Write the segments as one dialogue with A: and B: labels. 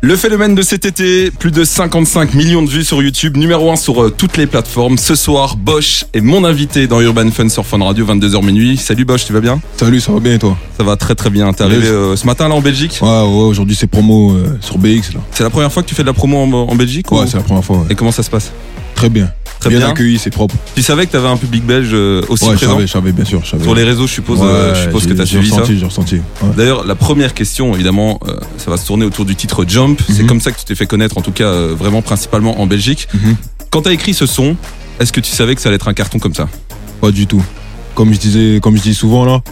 A: Le phénomène de cet été, plus de 55 millions de vues sur YouTube, numéro 1 sur euh, toutes les plateformes. Ce soir, Bosch est mon invité dans Urban Fun sur Fun Radio, 22h minuit. Salut Bosch, tu vas bien
B: Salut, ça va bien et toi
A: Ça va très très bien. T'es arrivé
B: Oui.
A: euh, ce matin là en Belgique
B: Ouais, ouais, aujourd'hui c'est promo euh, sur BX là.
A: C'est la première fois que tu fais de la promo en, en Belgique ou-
B: Ouais, c'est la première fois. ouais.
A: Et comment ça se passe
B: Très bien.
A: Très
B: bien,
A: bien.
B: accueilli, c'est propre.
A: Tu savais que t'avais un public belge euh, aussi
B: ouais, je
A: présent
B: savais, je savais, bien sûr. Je savais.
A: sur les réseaux, je suppose,
B: Ouais,
A: euh, je suppose que
B: j'ai-
A: t'as suivi
B: J'ai
A: ça.
B: ressenti, j'ai ressenti. ouais.
A: D'ailleurs, la première question, évidemment, euh, ça va se tourner autour du titre Jump. C'est
B: Mhm.
A: comme ça que tu t'es fait connaître, en tout cas, euh, vraiment principalement en Belgique.
B: Mhm.
A: Quand t'as écrit ce son, est-ce que tu savais que ça allait être un carton comme ça
B: Pas du tout. Comme je disais, comme je dis souvent là,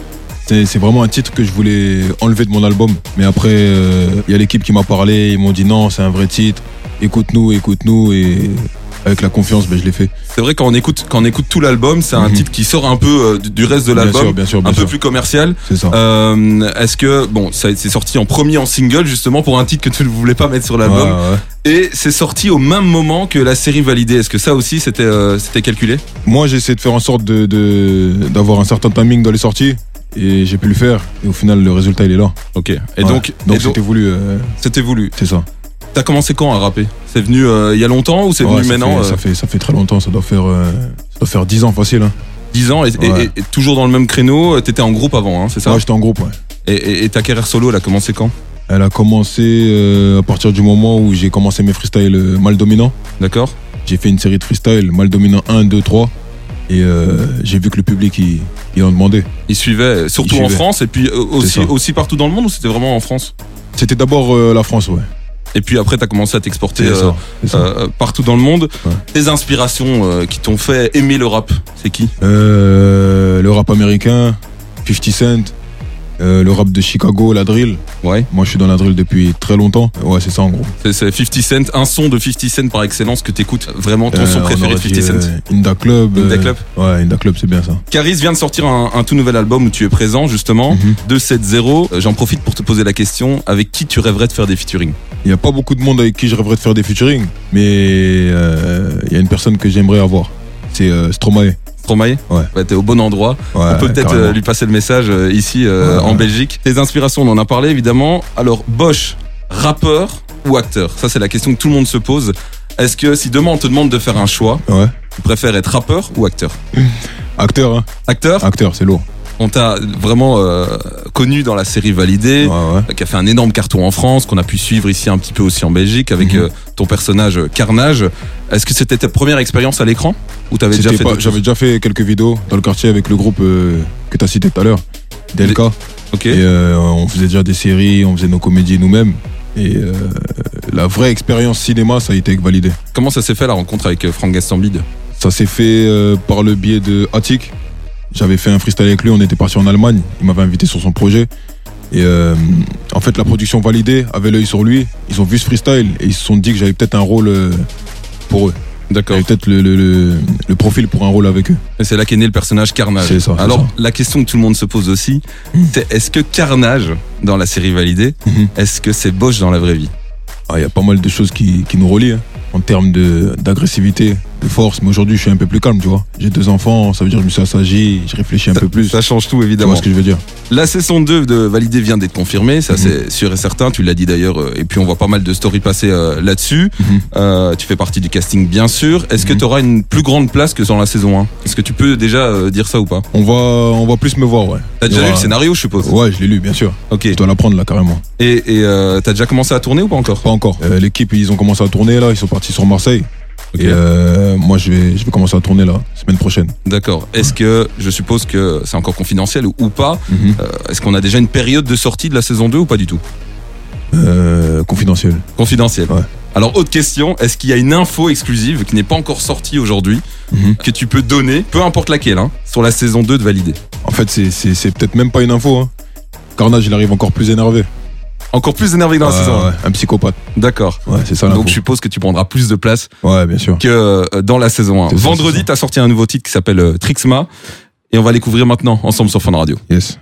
B: c'est c'est vraiment un titre que je voulais enlever de mon album. Mais après, euh, il y a l'équipe qui m'a parlé, ils m'ont dit non, c'est un vrai titre. Écoute-nous, écoute-nous et avec la confiance, ben, je l'ai fait.
A: C'est vrai quand on écoute quand on écoute tout l'album, c'est un
B: Mhm.
A: titre qui sort un peu euh, du- du reste de
B: bien sûr,
A: l'album,
B: bien sûr,
A: un
B: bien
A: peu
B: sûr.
A: plus commercial.
B: C'est ça.
A: Euh, Est-ce que bon, ça c'est sorti en premier en single justement pour un titre que tu ne voulais pas mettre sur l'album
B: Ouais, ouais.
A: et c'est sorti au même moment que la série validée. Est-ce que ça aussi c'était euh, c'était calculé
B: Moi, j'ai essayé de faire en sorte de- de d'avoir un certain timing dans les sorties et j'ai pu le faire. Et au final, le résultat, il est là.
A: Ok. Et
B: Ouais.
A: donc et
B: donc
A: donc,
B: c'était voulu, euh,
A: c'était voulu.
B: c'est ça.
A: T'as commencé quand à rapper C'est venu euh, il y a longtemps ou c'est
B: Ouais,
A: venu
B: ça
A: maintenant
B: fait,
A: euh,
B: ça fait ça fait très longtemps. Ça doit faire euh, ça doit faire 10 ans facile. Hein.
A: 10 ans et, et-
B: Ouais.
A: et- et toujours dans le même créneau. euh, T'étais en groupe avant, hein, c'est ça
B: Moi, j'étais en groupe. ouais.
A: Et, et- et ta carrière solo, elle a commencé quand
B: Elle a commencé euh, à partir du moment où j'ai commencé mes freestyles euh, mal dominants.
A: D'accord.
B: J'ai fait une série de freestyles mal dominant 1, 2, 3. Et euh, j'ai vu que le public, il, il en demandait.
A: Il suivait surtout
B: Il
A: en
B: suivait.
A: France et puis euh, aussi
B: ça.
A: aussi partout dans le monde ou c'était vraiment en France
B: C'était d'abord euh, la France, ouais.
A: Et puis après, t'as commencé à t'exporter
B: C'est
A: euh,
B: ça. c'est ça.
A: euh, partout dans le monde.
B: Ouais.
A: Tes inspirations euh, qui t'ont fait aimer le rap, c'est qui
B: Euh, le rap américain, 50 Cent, euh, le rap de Chicago, la drill.
A: Ouais.
B: Moi, je suis dans la drill depuis très longtemps. Ouais, c'est ça en gros.
A: C'est- C'est 50 Cent, un son de 50 Cent par excellence que t'écoutes vraiment ton
B: Euh,
A: son
B: on
A: préféré de
B: aurait
A: 50
B: dit,
A: Cent.
B: euh, Inda Club.
A: Inda
B: euh,
A: Club.
B: ouais, Inda Club, c'est bien ça.
A: Caris vient de sortir un, un tout nouvel album où tu es présent justement.
B: Mhm.
A: 270, Euh, j'en profite pour te poser la question, avec qui tu rêverais de faire des featuring
B: Il n'y a pas beaucoup de monde avec qui je rêverais de faire des featuring, mais euh, il y a une personne que j'aimerais avoir. C'est euh, Stromae.
A: Stromae
B: Ouais.
A: Bah, T'es au bon endroit.
B: Ouais,
A: on peut peut-être
B: carrément.
A: euh, lui passer le message euh, ici euh,
B: Ouais,
A: en
B: ouais.
A: Belgique. Tes inspirations, on en a parlé évidemment. Alors, Bosch, rappeur ou acteur Ça, c'est la question que tout le monde se pose. Est-ce que si demain on te demande de faire un choix,
B: Ouais.
A: tu préfères être rappeur ou acteur
B: Acteur, hein.
A: Acteur,
B: acteur, c'est lourd.
A: on t'a vraiment euh, connu dans la série Validée,
B: Ouais, ouais.
A: euh, qui a fait un énorme carton en France, qu'on a pu suivre ici un petit peu aussi en Belgique avec
B: Mhm.
A: euh, ton personnage euh, Carnage. Est-ce que c'était ta première expérience à l'écran Ou t'avais déjà
B: C'était
A: fait
B: pas-
A: d'autres
B: J'avais déjà fait quelques vidéos dans le quartier avec le groupe euh, que tu as cité tout à l'heure, DLK.
A: choses Ok.
B: Et euh, on faisait déjà des séries, on faisait nos comédies nous-mêmes. Et euh, la vraie expérience cinéma, ça a été validé.
A: Comment ça s'est fait la rencontre avec euh, Franck Gastambide
B: Ça s'est fait euh, par le biais de Attic. J'avais fait un freestyle avec lui, on était parti en Allemagne. Il m'avait invité sur son projet. Et euh, en fait, la production validée avait l'œil sur lui. Ils ont vu ce freestyle et ils se sont dit que j'avais peut-être un rôle euh, pour eux.
A: D'accord.
B: J'avais peut-être le, le- le- le profil pour un rôle avec eux.
A: Et c'est là qu'est né le personnage Carnage.
B: C'est ça, c'est
A: Alors,
B: ça.
A: la question que tout le monde se pose aussi,
B: Mhm.
A: c'est est-ce que Carnage, dans la série validée,
B: Mhm.
A: est-ce que c'est Bosch dans la vraie vie
B: Ah, Il y a pas mal de choses qui, qui nous relient hein, en termes de- d'agressivité, de, force. Mais aujourd'hui, je suis un peu plus calme, tu vois. J'ai deux enfants, ça veut dire que je me suis assagi, je réfléchis un peu plus.
A: Ça change tout,
B: Tu vois
A: évidemment.
B: ce que je veux dire
A: La saison 2 de Validé vient d'être confirmée, ça
B: Mhm.
A: c'est sûr et certain, tu l'as dit d'ailleurs, euh, et puis on voit pas mal de stories passer euh, là-dessus.
B: Mhm.
A: Euh, tu fais partie du casting, bien sûr. Est-ce que
B: Mhm.
A: tu auras une plus grande place que dans la saison 1 Est-ce que tu peux déjà euh, dire ça ou pas
B: On va, on va plus me voir, ouais.
A: T'as
B: Il y
A: déjà lu
B: aura-
A: le scénario, je suppose
B: Ouais, je l'ai lu, bien sûr.
A: Ok. Et
B: Je dois l'apprendre là, carrément.
A: et, euh, t'as déjà commencé à tourner ou pas encore
B: Pas encore. Euh, L'équipe, ils ont commencé à tourner là, ils sont partis sur Marseille.
A: Ok.
B: Et euh, moi, je vais, je vais commencer à tourner là, semaine prochaine.
A: D'accord. Est-ce que, je suppose que c'est encore confidentiel ou- ou pas, Euh, Est-ce qu'on a déjà une période de sortie de la saison 2 ou pas du tout
B: Euh, confidentiel.
A: Confidentiel.
B: Ouais.
A: Alors, autre question, est-ce qu'il y a une info exclusive qui n'est pas encore sortie aujourd'hui
B: Mhm.
A: que tu peux donner, peu importe laquelle, hein, sur la saison 2 de Validé
B: En fait, c'est- c'est c'est peut-être même pas une info. hein. Carnage, il arrive encore plus énervé.
A: Encore plus énervé que dans la
B: Ouais,
A: saison 1.
B: ouais, un psychopathe.
A: D'accord.
B: Ouais, c'est ça l'info.
A: Donc, je suppose que tu prendras plus de place
B: Ouais, bien sûr.
A: que euh, dans la saison 1.
B: C'est ça, c'est
A: Vendredi,
B: ça.
A: t'as sorti un nouveau titre qui s'appelle euh, Trixma et on va découvrir maintenant ensemble sur Fun Radio.
B: Yes.